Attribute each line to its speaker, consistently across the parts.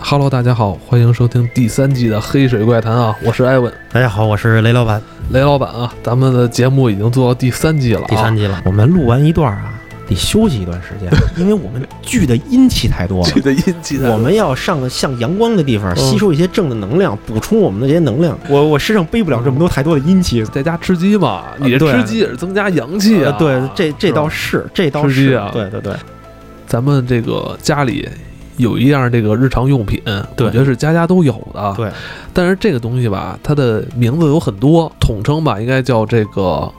Speaker 1: Hello，大家好，欢迎收听第三季的《黑水怪谈》啊，我是艾文，
Speaker 2: 大家好，我是雷老板，
Speaker 1: 雷老板啊，咱们的节目已经做到第三季了、啊，
Speaker 2: 第三季了。我们录完一段啊，得休息一段时 间，因为我们剧的阴气太多了。
Speaker 1: 季的阴气太
Speaker 2: 我们要上个向阳光的地方，
Speaker 1: 嗯
Speaker 2: 吸收一些正的能量，补充我们的这些能量。我我身上背不了这么多太多的阴气。
Speaker 1: 在家吃鸡嘛，你
Speaker 2: 对
Speaker 1: 这吃鸡也是增加阳气啊。
Speaker 2: 呃啊对，这这倒
Speaker 1: 是
Speaker 2: 是，这倒
Speaker 1: 吃鸡
Speaker 2: 是，
Speaker 1: 啊
Speaker 2: 对对对，
Speaker 1: 咱们这个家里有一样这个日常用品，
Speaker 2: 对
Speaker 1: 我觉得是家家都有的。
Speaker 2: 对，
Speaker 1: 但是这个东西吧，它的名字有很多，统称吧，应该叫这个。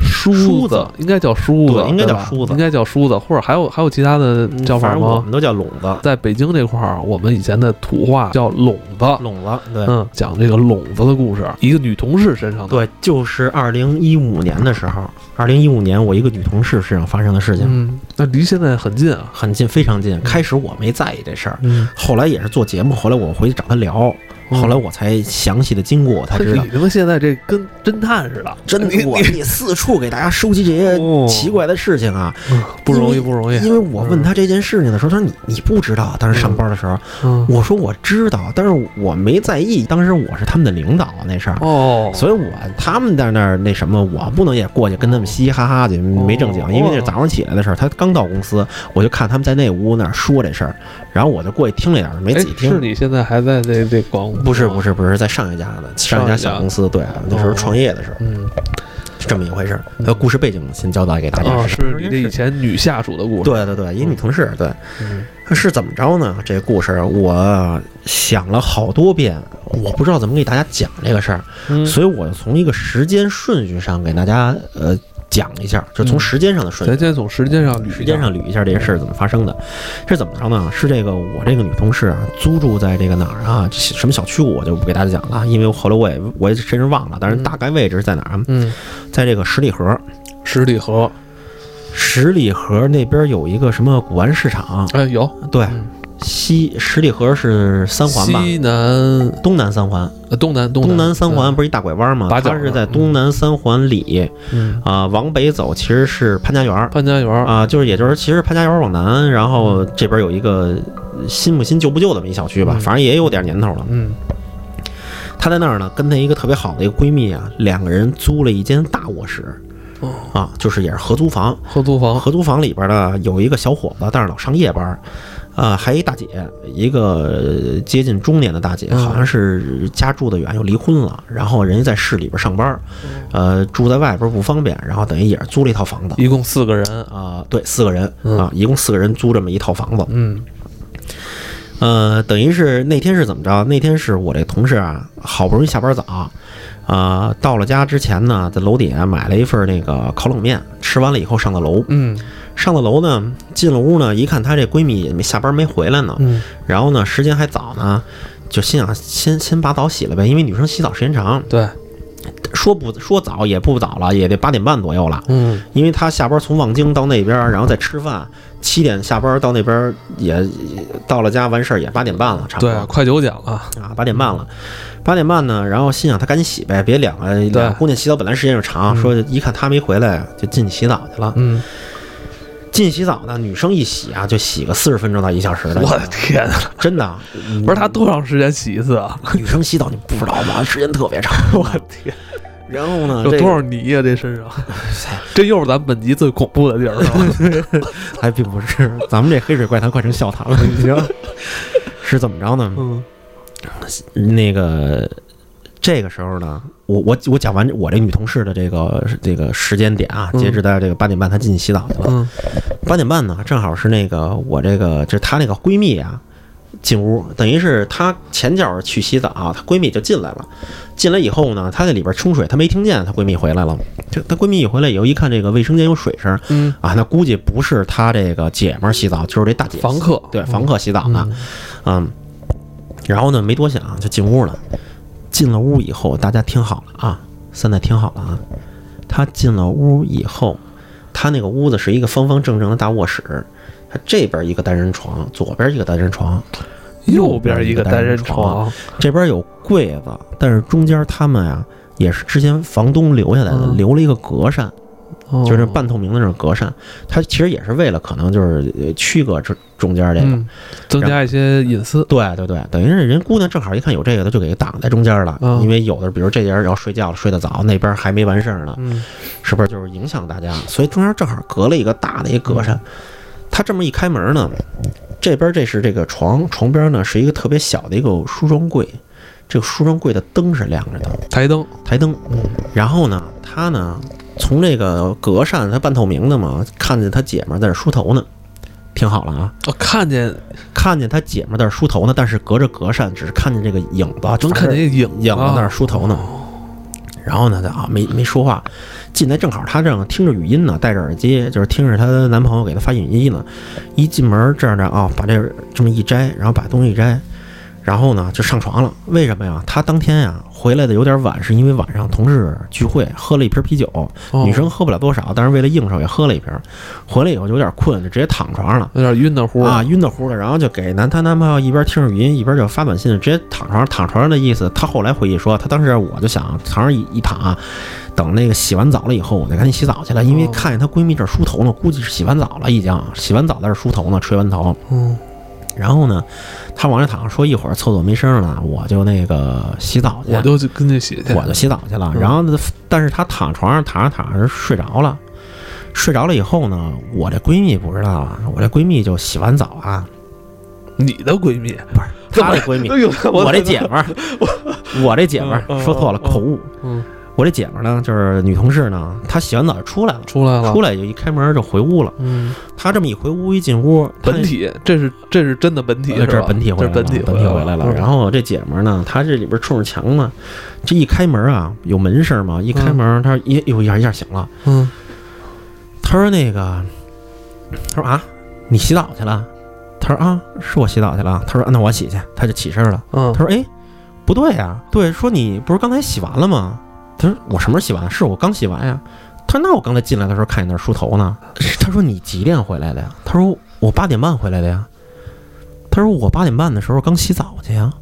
Speaker 1: 梳
Speaker 2: 梳
Speaker 1: 子
Speaker 2: 子
Speaker 1: 应该叫梳子，
Speaker 2: 对应该
Speaker 1: 对
Speaker 2: 叫
Speaker 1: 吧
Speaker 2: 梳子
Speaker 1: 应该叫梳子，或者还有还有其他的
Speaker 2: 嗯
Speaker 1: 叫
Speaker 2: 反
Speaker 1: 法
Speaker 2: 正我
Speaker 1: 吗？
Speaker 2: 们都叫啊笼子，
Speaker 1: 在北京这块儿，我们以前的土话叫笼子，
Speaker 2: 笼子，对。
Speaker 1: 嗯，讲这个笼子的故事，一个女同事身上的，
Speaker 2: 对，就是二零一五年的时候，二零一五年我一个女同事身上发生的事情，
Speaker 1: 嗯，那离现在很近啊，
Speaker 2: 很近，非常近。开始我没在意这事儿，
Speaker 1: 嗯，
Speaker 2: 后来也是做节目，后来我回去找他聊，后来我才详细的经过，我才知道
Speaker 1: 你他妈现在嗯这跟侦探似的，
Speaker 2: 真
Speaker 1: 你
Speaker 2: 的，我
Speaker 1: 你
Speaker 2: 你四处给大家收集这些
Speaker 1: 哦
Speaker 2: 奇怪的事情啊，
Speaker 1: 嗯不容易
Speaker 2: 因为
Speaker 1: 不容易，
Speaker 2: 因为哦我问他这件事情的时候，他说你你不知道，当时上班的时候，
Speaker 1: 嗯
Speaker 2: 我说我知道，但是我没在意，当时我是他们的领导啊那事儿。
Speaker 1: 哦，
Speaker 2: 所以我他们在那儿那什么，我不能也过去跟他们嘻嘻哈哈去，没正经，因为那是早上起来的事儿。他刚到公司，我就看他们在那屋那儿说这事儿，然后我就过去听了一点儿，没
Speaker 1: 哎
Speaker 2: 仔细听。
Speaker 1: 是你现在还在这这广
Speaker 2: 不是不
Speaker 1: 是，
Speaker 2: 是不是，在上一家的上
Speaker 1: 上
Speaker 2: 一家
Speaker 1: 一家
Speaker 2: 小公司，对，啊那时候创业的时候
Speaker 1: 嗯，
Speaker 2: 是这么一回事儿。呃，故事背景先交代给大
Speaker 1: 啊，
Speaker 2: 家。
Speaker 1: 是你这以前女下属的故事，，
Speaker 2: 对对对，一女同事，对，
Speaker 1: 嗯
Speaker 2: 是怎么着呢？这个故事我想了好多遍，我不知道怎么给大家讲这个事儿，
Speaker 1: 嗯
Speaker 2: 所以我就从一个时间顺序上给大家呃讲一下，就从
Speaker 1: 嗯
Speaker 2: 时间上的顺序。
Speaker 1: 咱先从时间上捋一下
Speaker 2: 时间上捋一下这个事儿怎么发生的，是怎么着呢？是这个我这个女同事啊，租住在这个哪儿啊？什么小区我就不给大家讲了，因为后来我也我也真是忘了，但是大概位置是在哪儿啊？
Speaker 1: 嗯，
Speaker 2: 在这个十里河，
Speaker 1: 十里河，
Speaker 2: 十里河那边有一个什么古玩市场，
Speaker 1: 哎，有
Speaker 2: 对
Speaker 1: 嗯，
Speaker 2: 西十里河是三环吧？
Speaker 1: 西南、呃
Speaker 2: 东南三环，
Speaker 1: 东南、东南
Speaker 2: 东
Speaker 1: 嗯
Speaker 2: 南三环，不是一大拐弯吗？
Speaker 1: 八角
Speaker 2: 它是
Speaker 1: 那儿
Speaker 2: 在东南三环里
Speaker 1: 嗯，
Speaker 2: 啊，往北走其实是潘家园儿
Speaker 1: 潘家园儿，
Speaker 2: 啊，就是也就是其实潘家园往南，然后这边有一个新不新旧不旧的这么一小区吧，
Speaker 1: 嗯
Speaker 2: 反正也有点年头了。
Speaker 1: 嗯
Speaker 2: 她在那儿呢，跟她一个特别好的一个闺蜜啊，两个人租了一间大卧室
Speaker 1: 哦，
Speaker 2: 啊，就是也是合租房。
Speaker 1: 合租房，
Speaker 2: 合租房里边呢有一个小伙子，但是老上夜班儿，啊、还一大姐，一个呃接近中年的大姐，
Speaker 1: 嗯
Speaker 2: 好像是家住的远又离婚了，然后人家在市里边上班
Speaker 1: 哦
Speaker 2: 儿，呃，住在外边不方便，然后等于也是租了一套房子。
Speaker 1: 一共四个人，
Speaker 2: 啊、对，四个人啊、
Speaker 1: 嗯
Speaker 2: 一共四个人租这么一套房子，
Speaker 1: 嗯
Speaker 2: 呃，等于是那天是怎么着？那天是我这同事啊，好不容易下班早，啊、到了家之前呢，在楼底下买了一份那个烤冷面，吃完了以后上的楼，
Speaker 1: 嗯
Speaker 2: 上了楼呢，进了屋呢，一看她这闺蜜也没下班没回来呢，
Speaker 1: 嗯
Speaker 2: 然后呢时间还早呢，就心想先先把澡洗了呗，因为女生洗澡时间长，
Speaker 1: 对，
Speaker 2: 说不说早也不早了，也得八点半左右了。
Speaker 1: 嗯
Speaker 2: 因为她下班从望京到那边，然后再吃饭，七点下班到那边也也到了家完事儿也八点半了，差不
Speaker 1: 对，
Speaker 2: 多
Speaker 1: 快九点了，
Speaker 2: 啊八点半了，八点半呢，然后心想她赶紧洗呗，别两个两个姑娘洗澡本来时间就长，说一看她没回来就进去洗澡去了，
Speaker 1: 嗯，
Speaker 2: 进洗澡呢，女生一洗啊，就洗个四十分钟到一小时的。
Speaker 1: 我的天啊，
Speaker 2: 真的啊，
Speaker 1: 不是他多长时间洗一次啊？
Speaker 2: 女生洗澡你不知道吗？时间特别长。
Speaker 1: 我天，
Speaker 2: 然后呢，
Speaker 1: 有
Speaker 2: 啊这
Speaker 1: 多少泥啊呀、这身 上，这又是咱本集最恐怖的地儿，是吧？
Speaker 2: 还并不是，咱们这黑水怪谈快成笑谈了，已 经。是怎么着呢？
Speaker 1: 嗯
Speaker 2: 那个这个时候呢，我我我讲完我这女同事的这个这个时间点啊，
Speaker 1: 嗯
Speaker 2: 截止到这个八点半，她进去洗澡去了。
Speaker 1: 嗯
Speaker 2: 八点半呢，正好是那个我这个就是她那个闺蜜啊进屋，等于是她前脚去洗澡、她闺蜜就进来了。进来以后呢，她在里边冲水，她没听见她闺蜜回来了。这她闺蜜一回来以后，一看这个卫生间有水声
Speaker 1: 嗯，
Speaker 2: 啊，那估计不是她这个姐们儿洗澡，就是这大姐
Speaker 1: 房客
Speaker 2: 对房客洗澡呢
Speaker 1: 嗯，
Speaker 2: 嗯。然后呢，没多想就进屋了。进了屋以后，大家听好了啊，三代听好了啊。她进了屋以后，他那个屋子是一个方方正正的大卧室，他这边一个单人床，左边一个单人床，
Speaker 1: 右边一个单人
Speaker 2: 人，
Speaker 1: 床，
Speaker 2: 这边有柜子，但是中间他们啊也是之前房东留下来的，
Speaker 1: 嗯
Speaker 2: 留了一个隔扇，
Speaker 1: 哦
Speaker 2: 就是半透明的那种隔扇，它其实也是为了可能就是呃区隔这中间这个。
Speaker 1: 嗯，增加一些隐私。
Speaker 2: 对对对，等于是人姑娘正好一看有这个，她就给挡在中间了。
Speaker 1: 嗯
Speaker 2: 因为有的，比如这边要睡觉了，睡得早，那边还没完事儿呢，
Speaker 1: 嗯
Speaker 2: 是不是就是影响大家？所以中间正好隔了一个大的一个隔扇。他这么一开门呢，这边这是这个床，床边呢是一个特别小的一个梳妆柜，这个梳妆柜的灯是亮着的，
Speaker 1: 台灯，
Speaker 2: 台灯。然后呢，他呢从这个隔扇，他半透明的嘛，看见他姐们儿在那梳头呢，听好了啊，
Speaker 1: 我哦看见
Speaker 2: 看见他姐们儿在那梳头呢，但是隔着隔扇，只是看见这个影子，啊
Speaker 1: 能看见影
Speaker 2: 影子
Speaker 1: 啊
Speaker 2: 在那梳头呢。然后呢，他啊没没说话，进来正好她正听着语音呢，戴着耳机，就是听着她男朋友给她发语音呢。一进门这样的啊，把这这么一摘，然后把东西一摘，然后呢就上床了。为什么呀？她当天呀回来的有点晚，是因为晚上同事聚会喝了一瓶啤酒，
Speaker 1: 哦
Speaker 2: 女生喝不了多少，但是为了应酬也喝了一瓶。回来以后就有点困，就直接躺床上了。
Speaker 1: 有点晕的乎
Speaker 2: 啊，，晕的乎的，然后就给男她男朋友一边听着语音，一边就发短信，直接躺床上躺床上的意思。她后来回忆说，她当时我就想床上一一躺啊，等那个洗完澡了以后，我就赶紧洗澡去了，因为
Speaker 1: 哦
Speaker 2: 看见她闺蜜这儿梳头呢，估计是洗完澡了已经，洗完澡在这儿梳头呢，吹完头，
Speaker 1: 嗯
Speaker 2: 然后呢，她往这躺上说一会儿厕所没声了，我就那个洗澡去，
Speaker 1: 我就去跟着洗去。
Speaker 2: 我就洗澡去了。
Speaker 1: 嗯
Speaker 2: 然后呢，但是她躺床上躺着躺着睡着了，睡着了以后呢，我这闺蜜不知道啊，我这闺蜜就洗完澡啊。
Speaker 1: 你的闺蜜，
Speaker 2: 不是她的闺蜜，
Speaker 1: 哎呦，
Speaker 2: 我这姐们儿，我这姐们儿
Speaker 1: 嗯嗯
Speaker 2: 说错了，
Speaker 1: 嗯
Speaker 2: 口误。
Speaker 1: 嗯，
Speaker 2: 我这姐们儿呢，就是女同事呢，她洗完澡就出来了，
Speaker 1: 出来了，
Speaker 2: 出来就一开门就回屋了。
Speaker 1: 嗯，
Speaker 2: 她这么一回屋，一进屋，她
Speaker 1: 本体，这是这是真的本体，
Speaker 2: 呃这
Speaker 1: 是
Speaker 2: 是
Speaker 1: 吧
Speaker 2: 本体回
Speaker 1: 这是
Speaker 2: 来了，
Speaker 1: 本
Speaker 2: 本
Speaker 1: 体
Speaker 2: 体回来了。然
Speaker 1: 后
Speaker 2: 后这姐们儿呢，她这里边冲着墙呢，这一开门啊，有门声嘛，一开门，她一有一下一下醒了，
Speaker 1: 嗯，
Speaker 2: 她说那个，她说啊，你洗澡去了？她说啊，是我洗澡去了。她说、啊那我洗去，她就起身了。
Speaker 1: 嗯
Speaker 2: 他说：“哎，不对呀、对，说你不是刚才洗完了吗？”他说：“我什么时候洗完？是我刚洗完呀。”他说：“那我刚才进来的时候看你那儿梳头呢。” 他说：“你几点回来的呀？”他说：“我八点半回来的呀。”他说：“我八点半的时候刚洗澡去呀。”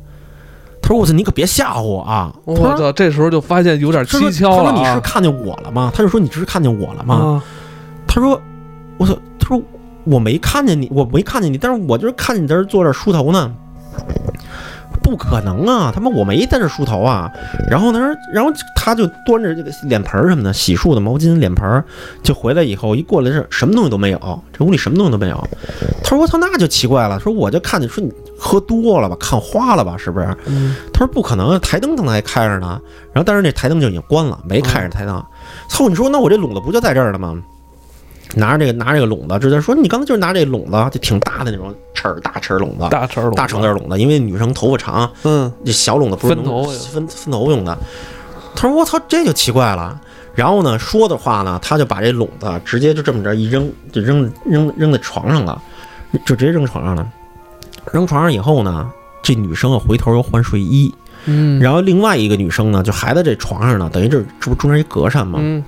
Speaker 2: 他说：“我操，你可别吓唬我啊！”他
Speaker 1: 我
Speaker 2: 说
Speaker 1: 操，这时候就发现有点
Speaker 2: 他说
Speaker 1: 蹊跷了
Speaker 2: 他说：“你是
Speaker 1: 啊
Speaker 2: 看见我了吗？”他就说：“你是看见我了吗？”
Speaker 1: 啊，
Speaker 2: 他说：“我操！”他说：“我没看见你，我没看见你，但是我就是看见你在这儿坐这儿梳头呢。”不可能啊！他妈我没在这儿梳头啊！然后呢，然后他就端着这个脸盆儿什么的，洗漱的毛巾、脸盆儿，就回来以后一过来这儿什么东西都没有，这屋里什么东西都没有。他说：“我操，那就奇怪了。”说我就看你说你喝多了吧，看花了吧，是不是？
Speaker 1: 嗯
Speaker 2: 他说不可能，啊台灯刚才还开着呢，然后但是那台灯就已经关了，
Speaker 1: 嗯
Speaker 2: 没开着台灯。操、你说那我这笼子不就在这儿了吗？拿着这个拿这个笼子，直接说你刚才就是拿这笼子，就挺大的那种齿儿大齿儿笼子，
Speaker 1: 大成
Speaker 2: 大齿儿笼子，因为女生头发长，
Speaker 1: 嗯，
Speaker 2: 这小笼子不是
Speaker 1: 分
Speaker 2: 能
Speaker 1: 头用
Speaker 2: 分分头用的。他说我操，这就奇怪了。然后呢，说的话呢，他就把这笼子直接就这么着一扔，就扔扔扔在床上了，就直接扔床上了。扔床上以后呢，这女生啊回头又换睡衣，
Speaker 1: 嗯，
Speaker 2: 然后另外一个女生呢，就还在这床上呢，等于这这不中间一隔扇吗？
Speaker 1: 嗯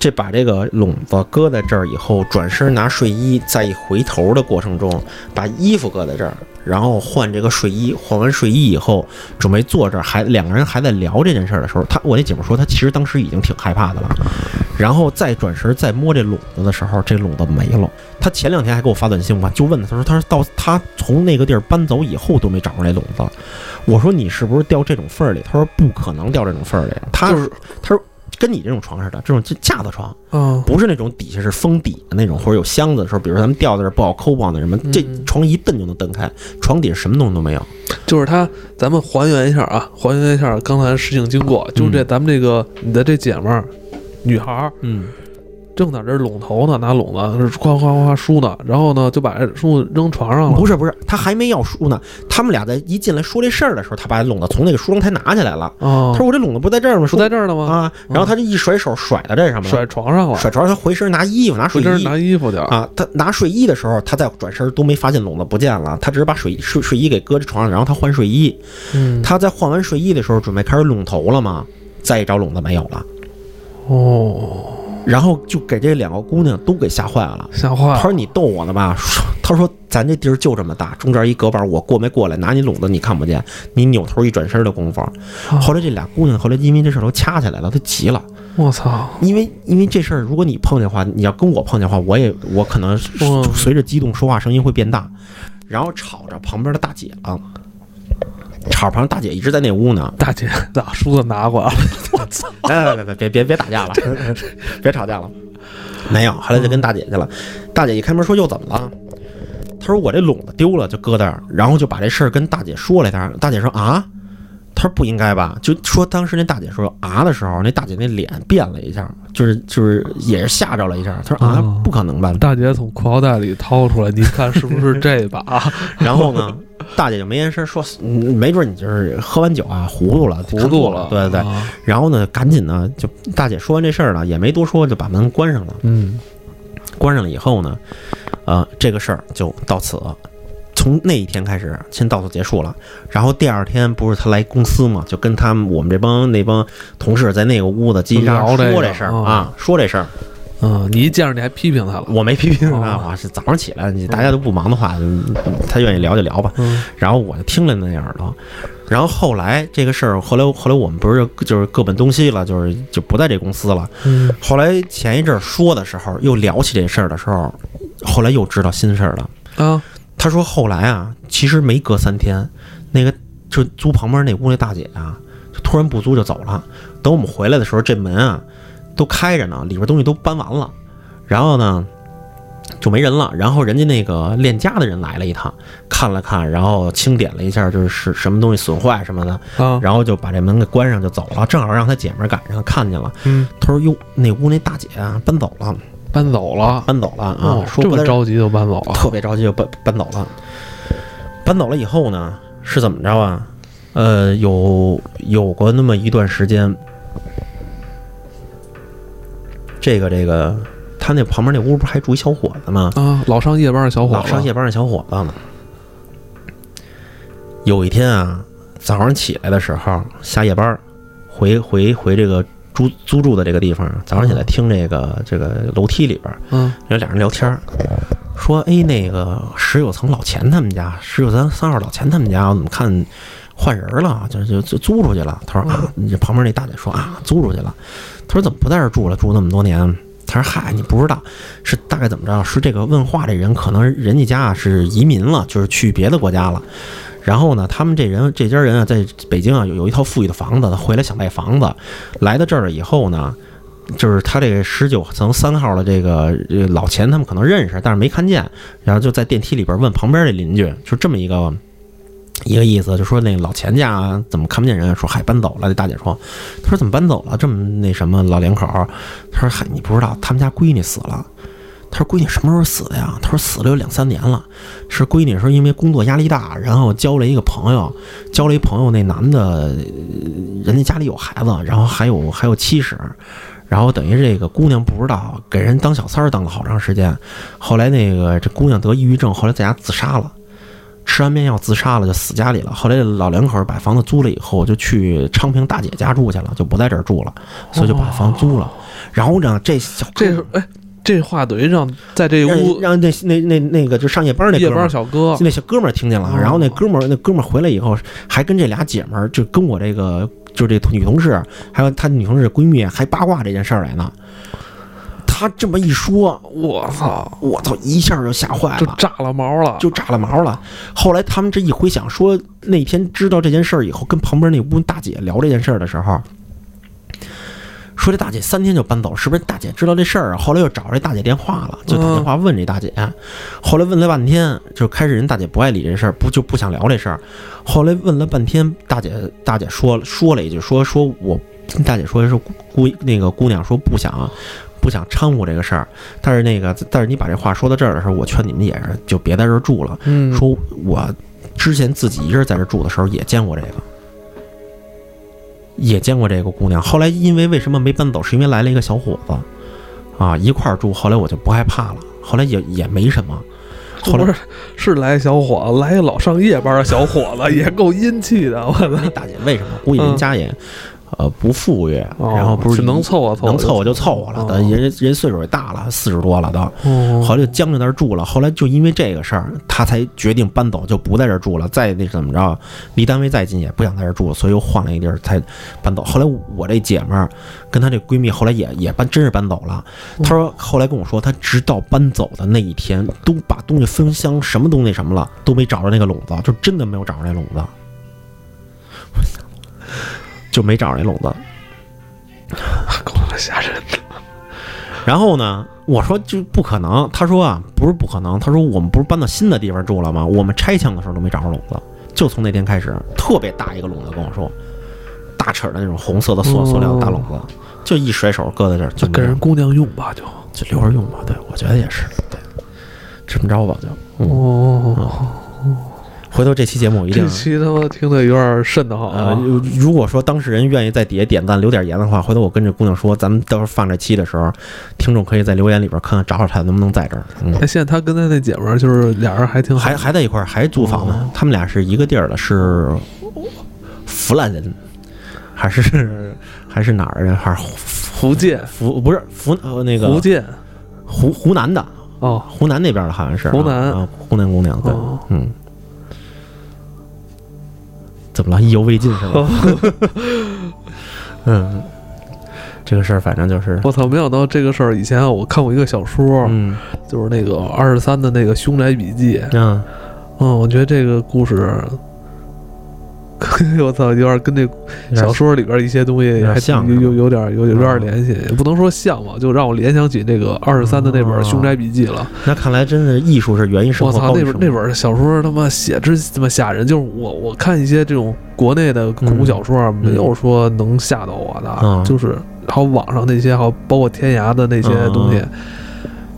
Speaker 2: 这把这个笼子搁在这儿以后，转身拿睡衣，再一回头的过程中，把衣服搁在这儿，然后换这个睡衣，换完睡衣以后，准备坐这儿，还两个人还在聊这件事儿的时候，她我那姐们说，她其实当时已经挺害怕的了，然后再转身再摸这笼子的时候，这笼子没了。她前两天还给我发短信嘛，就问她，她说她说到她从那个地儿搬走以后都没找着那笼子，我说你是不是掉这种缝儿里？她说不可能掉这种缝儿里，她
Speaker 1: 就是
Speaker 2: 跟你这种床似的，这种架子床。
Speaker 1: 嗯，
Speaker 2: 不是那种底下是封底的那种，或者有箱子的时候，比如说咱们掉在这儿不好抠不好那什么，这
Speaker 1: 嗯
Speaker 2: 床一蹬就能蹬开，床底下什么东西都没有。
Speaker 1: 就是他，咱们还原一下啊，还原一下刚才事情经过，就这咱们这个你的这姐们儿，女孩儿
Speaker 2: 嗯，
Speaker 1: 正在这儿拢头呢，拿拢子是夸夸夸梳呢，然后呢就把这梳子扔床上了，
Speaker 2: 不是不是，他还没要书呢，他们俩在一进来说这事儿的时候，他把笼子从那个梳妆台拿起来了。
Speaker 1: 啊
Speaker 2: 他，说：“我这笼子不在这儿吗？”
Speaker 1: 不在这儿了吗？
Speaker 2: 啊，然后他这一甩手甩到这上面了，
Speaker 1: 甩床上了，
Speaker 2: 甩床，他回身拿衣服拿睡
Speaker 1: 回身
Speaker 2: 衣
Speaker 1: 拿衣服去了，
Speaker 2: 啊，他拿睡衣的时候，他再转身都没发现笼子不见了，他只是把睡睡睡衣给搁在床上，然后他换睡衣。
Speaker 1: 嗯，
Speaker 2: 他在换完睡衣的时候，准备开始拢头了嘛，再一找笼子没有了。
Speaker 1: 哦，
Speaker 2: 然后就给这两个姑娘都给吓坏了。
Speaker 1: 吓坏
Speaker 2: 他
Speaker 1: 了，
Speaker 2: 说：“你逗我呢吧？”说他说：“咱这地儿就这么大，中间一隔板，我过没过来，拿你笼子你看不见，你扭头一转身的功夫。”后来这俩姑娘后来因为这事儿都掐起来了，都急了。
Speaker 1: 我操，
Speaker 2: 因为因为这事儿，如果你碰见的话，你要跟我碰见的话，我也我可能是
Speaker 1: 嗯
Speaker 2: 随着激动说话声音会变大，然后吵着旁边的大姐了，吵着旁边大姐一直在那屋呢，
Speaker 1: 大姐把梳子拿过来了，
Speaker 2: 来来来来，别别别打架了， 别吵架了。没有，后来就跟大姐去了。大姐一开门说：“又怎么了？”她说：“我这笼子丢了，就搁那儿。”然后就把这事儿跟大姐说了一下。大姐说：“啊。”她说：“不应该吧？”就说当时那大姐说“啊”的时候，那大姐那脸变了一下，就是就是也是吓着了一下。她说：“啊
Speaker 1: 哦，
Speaker 2: 不可能吧？”
Speaker 1: 大姐从裤腰带里掏出来，你看是不是这把？啊
Speaker 2: 然后呢，大姐就没言声说：“嗯没准你就是喝完酒啊，糊涂了，
Speaker 1: 糊涂了，
Speaker 2: 对对对。
Speaker 1: 啊
Speaker 2: 然后呢，赶紧呢，就大姐说完这事儿呢，也没多说，就把门关上了。
Speaker 1: 嗯，
Speaker 2: 关上了以后呢，呃，这个事儿就到此，从那一天开始先到此结束了。然后第二天不是他来公司嘛，就跟他们我们这帮那帮同事在那个屋子叽叽喳
Speaker 1: 聊这
Speaker 2: 喳
Speaker 1: 个
Speaker 2: 说这事儿
Speaker 1: 嗯
Speaker 2: 啊，说这事儿，
Speaker 1: 嗯，你一见着你还批评他了，
Speaker 2: 我没批评他，
Speaker 1: 哦
Speaker 2: 我是早上起来你大家都不忙的话，他愿意聊就聊吧。
Speaker 1: 嗯
Speaker 2: 然后我就听了那样的。然后后来这个事儿，后来后来我们不是就是各奔东西了，就是就不在这公司了。
Speaker 1: 嗯，
Speaker 2: 后来前一阵儿说的时候，又聊起这事儿的时候，后来又知道新事儿了。
Speaker 1: 啊，
Speaker 2: 他说后来啊，其实没隔三天，那个就租旁边那屋那大姐啊，就突然不租就走了。等我们回来的时候，这门啊都开着呢，里边东西都搬完了，然后呢就没人了。然后人家那个链家的人来了一趟，看了看，然后清点了一下，就是是什么东西损坏什么的，
Speaker 1: 啊，
Speaker 2: 然后就把这门给关上就走了。正好让他姐们儿赶上看见了，
Speaker 1: 嗯，
Speaker 2: 他说：“哟，那屋那大姐啊搬走了，
Speaker 1: 搬走了，
Speaker 2: 搬走了啊！”
Speaker 1: 哦，
Speaker 2: 说
Speaker 1: 这
Speaker 2: 不
Speaker 1: 么
Speaker 2: 在
Speaker 1: 着急就啊搬走了，
Speaker 2: 特别着急就搬搬走了。搬走了以后呢，是怎么着啊？呃，有有过那么一段时间，这个这个，他那旁边那屋不是还住一小伙子吗？
Speaker 1: 啊，老上夜班的小伙
Speaker 2: 老
Speaker 1: 子，
Speaker 2: 上夜班的小伙子呢。有一天啊，早上起来的时候下夜班儿，回回回这个租租住的这个地方，早上起来听这个这个楼梯里边儿
Speaker 1: 嗯
Speaker 2: 然后俩人聊天儿，说：“哎，那个十九层老钱他们家，十九层三号老钱他们家，我怎么看换人了？啊就就就租出去了。”他说：“啊，你旁边那大姐说啊，租出去了。”他说：“怎么不在这儿住了？住那么多年？”他说：“嗨，你不知道，是大概怎么着？是这个问话这人，可能人家家啊是移民了，就是去别的国家了。然后呢，他们这人这家人啊，在北京啊有有一套富裕的房子，他回来想卖房子，来到这儿了以后呢，就是他这个十九层三号的这个呃老钱，他们可能认识，但是没看见，然后就在电梯里边问旁边的邻居，就这么一个一个意思，就说那老钱家啊怎么看不见人，说嗨搬走了。那大姐说，他说怎么搬走了？这么那什么老两口儿，他说嗨你不知道，他们家闺女死了。他说：“闺女什么时候死的呀？”他说：“死了有两三年了，是闺女说因为工作压力大，然后交了一个朋友，交了一朋友，那男的人家家里有孩子，然后还有还有妻室，然后等于这个姑娘不知道，给人当小三儿当了好长时间。后来那个这姑娘得抑郁症，后来在家自杀了，吃安眠药自杀了，就死家里了。后来老两口把房子租了以后，就去昌平大姐家住去了，就不在这儿住了，所以就把房租了。然后呢，这小哥
Speaker 1: 这是哎，这话等于让在这
Speaker 2: 嗯让
Speaker 1: 屋
Speaker 2: 让那那那那个就上夜班那哥
Speaker 1: 夜
Speaker 2: 们儿
Speaker 1: 班小哥
Speaker 2: 那小哥们儿听见了，
Speaker 1: 哦
Speaker 2: 然后那哥们儿那哥们儿回来以后，还跟这俩姐们儿，就跟我这个就这女同事，还有她女同事闺蜜，还八卦这件事儿来呢。他这么一说，
Speaker 1: 我操，
Speaker 2: 我操，一下就吓坏
Speaker 1: 就
Speaker 2: 了。
Speaker 1: 炸了毛了，
Speaker 2: 哎就炸了毛了。后来他们这一回想，说那天知道这件事儿以后，跟旁边那屋大姐聊这件事儿的时候，说这大姐三天就搬走，是不是大姐知道这事儿啊？后来又找这大姐电话了，就打电话问这大姐，呃后来问了半天，就开始人大姐不爱理这事儿，不就不想聊这事儿。后来问了半天，大姐大姐说说了一句，说说我大姐说是姑那个姑娘说不想。不想掺和这个事儿，但是那个，但是你把这话说到这儿的时候，我劝你们也是就别在这儿住了。
Speaker 1: 嗯
Speaker 2: 说我之前自己一个人在这住的时候也见过这个，也见过这个姑娘。后来因为为什么没搬走，是因为来了一个小伙子，啊，一块儿住。后来我就不害怕了，后来也也没什么。后来
Speaker 1: 不是是来小伙子，来一老上夜班的小伙子，也够阴气的，我操，
Speaker 2: 那大姐为什么？估计人家也，呃不赴约，
Speaker 1: 哦
Speaker 2: 然后不嗯是
Speaker 1: 是能凑合凑合
Speaker 2: 能
Speaker 1: 就
Speaker 2: 凑合就凑合了。
Speaker 1: 哦
Speaker 2: 但人人岁数也大了，四十多了都，
Speaker 1: 哦，
Speaker 2: 后来就僵在那儿住了。后来就因为这个事儿，他才决定搬走，就不在这儿住了。再那怎么着，离单位再近也不想在这儿住，所以又换了一个地儿才搬走。后来我这姐们儿跟她这闺蜜后来也也搬，真是搬走了。她说后来跟我说，她直到搬走的那一天，都把东西封箱，什么都那什么了，都没找着那个笼子，就真的没有找着那笼子。 我操，就没找着那笼子。
Speaker 1: 够他妈吓人的。
Speaker 2: 然后呢，我说就不可能。他说啊，不是不可能。他说我们不是搬到新的地方住了吗？我们拆墙的时候都没找着笼子，就从那天开始，特别大一个笼子跟我说，大齿儿的那种红色的塑
Speaker 1: 哦
Speaker 2: 塑料大笼子，就一甩手搁在这儿，嗯就
Speaker 1: 那给人姑娘用吧，就
Speaker 2: 就留着用吧。对，我觉得也是，对，这么着吧，就
Speaker 1: 嗯哦，
Speaker 2: 回头这期节目我一定
Speaker 1: 这。期他妈听的有点瘆得慌
Speaker 2: 呃
Speaker 1: 啊！，
Speaker 2: 如果说当事人愿意在底下点赞留点言的话，回头我跟这姑娘说，咱们到时候放这期的时候，听众可以在留言里边看看找找她能不能在这儿。嗯，
Speaker 1: 哎，现在他跟他那姐们儿就是俩人还挺好
Speaker 2: 还还在一块儿，还租房
Speaker 1: 哦
Speaker 2: 呢。他们俩是一个地儿的，是湖南人，还是还是哪儿人？还是
Speaker 1: 福建，
Speaker 2: 湖不是湖呃那个
Speaker 1: 福建
Speaker 2: 湖湖南的，
Speaker 1: 哦，
Speaker 2: 湖南那边的好像是啊
Speaker 1: 湖南
Speaker 2: 啊，湖南姑娘对
Speaker 1: 哦，
Speaker 2: 嗯。怎么了？意犹未尽是
Speaker 1: 哦
Speaker 2: 吧？嗯，这个事儿反正就是，
Speaker 1: 我操！没想到这个事儿，以前啊我看过一个小说，
Speaker 2: 嗯
Speaker 1: 就是那个二十三的那个《凶宅笔记》。
Speaker 2: 嗯，
Speaker 1: 嗯，我觉得这个故事， 我操，有点跟这
Speaker 2: 有点
Speaker 1: 小说里边一些东西
Speaker 2: 点
Speaker 1: 还挺
Speaker 2: 像
Speaker 1: 有
Speaker 2: 是吧
Speaker 1: 有有点有有点联系，也不能说像吧，就让我联想起这个二十三的那本
Speaker 2: 哦
Speaker 1: 《凶宅笔记》了。
Speaker 2: 那看来真是艺术是源于生
Speaker 1: 我
Speaker 2: 活，
Speaker 1: 操，
Speaker 2: 高于
Speaker 1: 那本
Speaker 2: 生活
Speaker 1: 那本小说他妈写之他妈吓人，就是我我看一些这种国内的恐怖小说啊，
Speaker 2: 嗯
Speaker 1: 没有说能吓到我的，
Speaker 2: 嗯
Speaker 1: 就是还有网上那些，还有包括天涯的那些东西。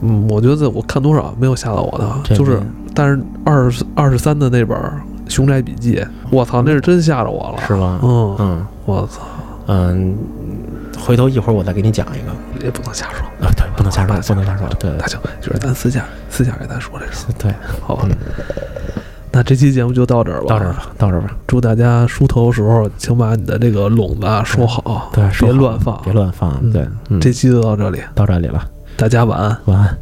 Speaker 1: 嗯，我觉得我看多少没有吓到我
Speaker 2: 这
Speaker 1: 的，就是
Speaker 2: 没
Speaker 1: 但是二十二十三的那本《熊宅笔记》，我操，那是真吓着我了。
Speaker 2: 是吧？
Speaker 1: 嗯，
Speaker 2: 嗯
Speaker 1: 我操，
Speaker 2: 嗯，回头一会儿我再给你讲一个。
Speaker 1: 也不能瞎说，
Speaker 2: 啊，对，不能瞎说，不能瞎说，对
Speaker 1: 大强，就是咱私下私下给咱说这事，
Speaker 2: 对，
Speaker 1: 好吧？那这期节目就到这儿吧，
Speaker 2: 到这儿。吧，到这儿吧，
Speaker 1: 祝大家梳头的时候，请把你的这个笼子啊收好，
Speaker 2: 对，说
Speaker 1: 别
Speaker 2: 好
Speaker 1: 乱放
Speaker 2: 别。乱放，对，嗯，
Speaker 1: 这期就到这里，
Speaker 2: 到这里了，
Speaker 1: 大家晚安。
Speaker 2: 晚安。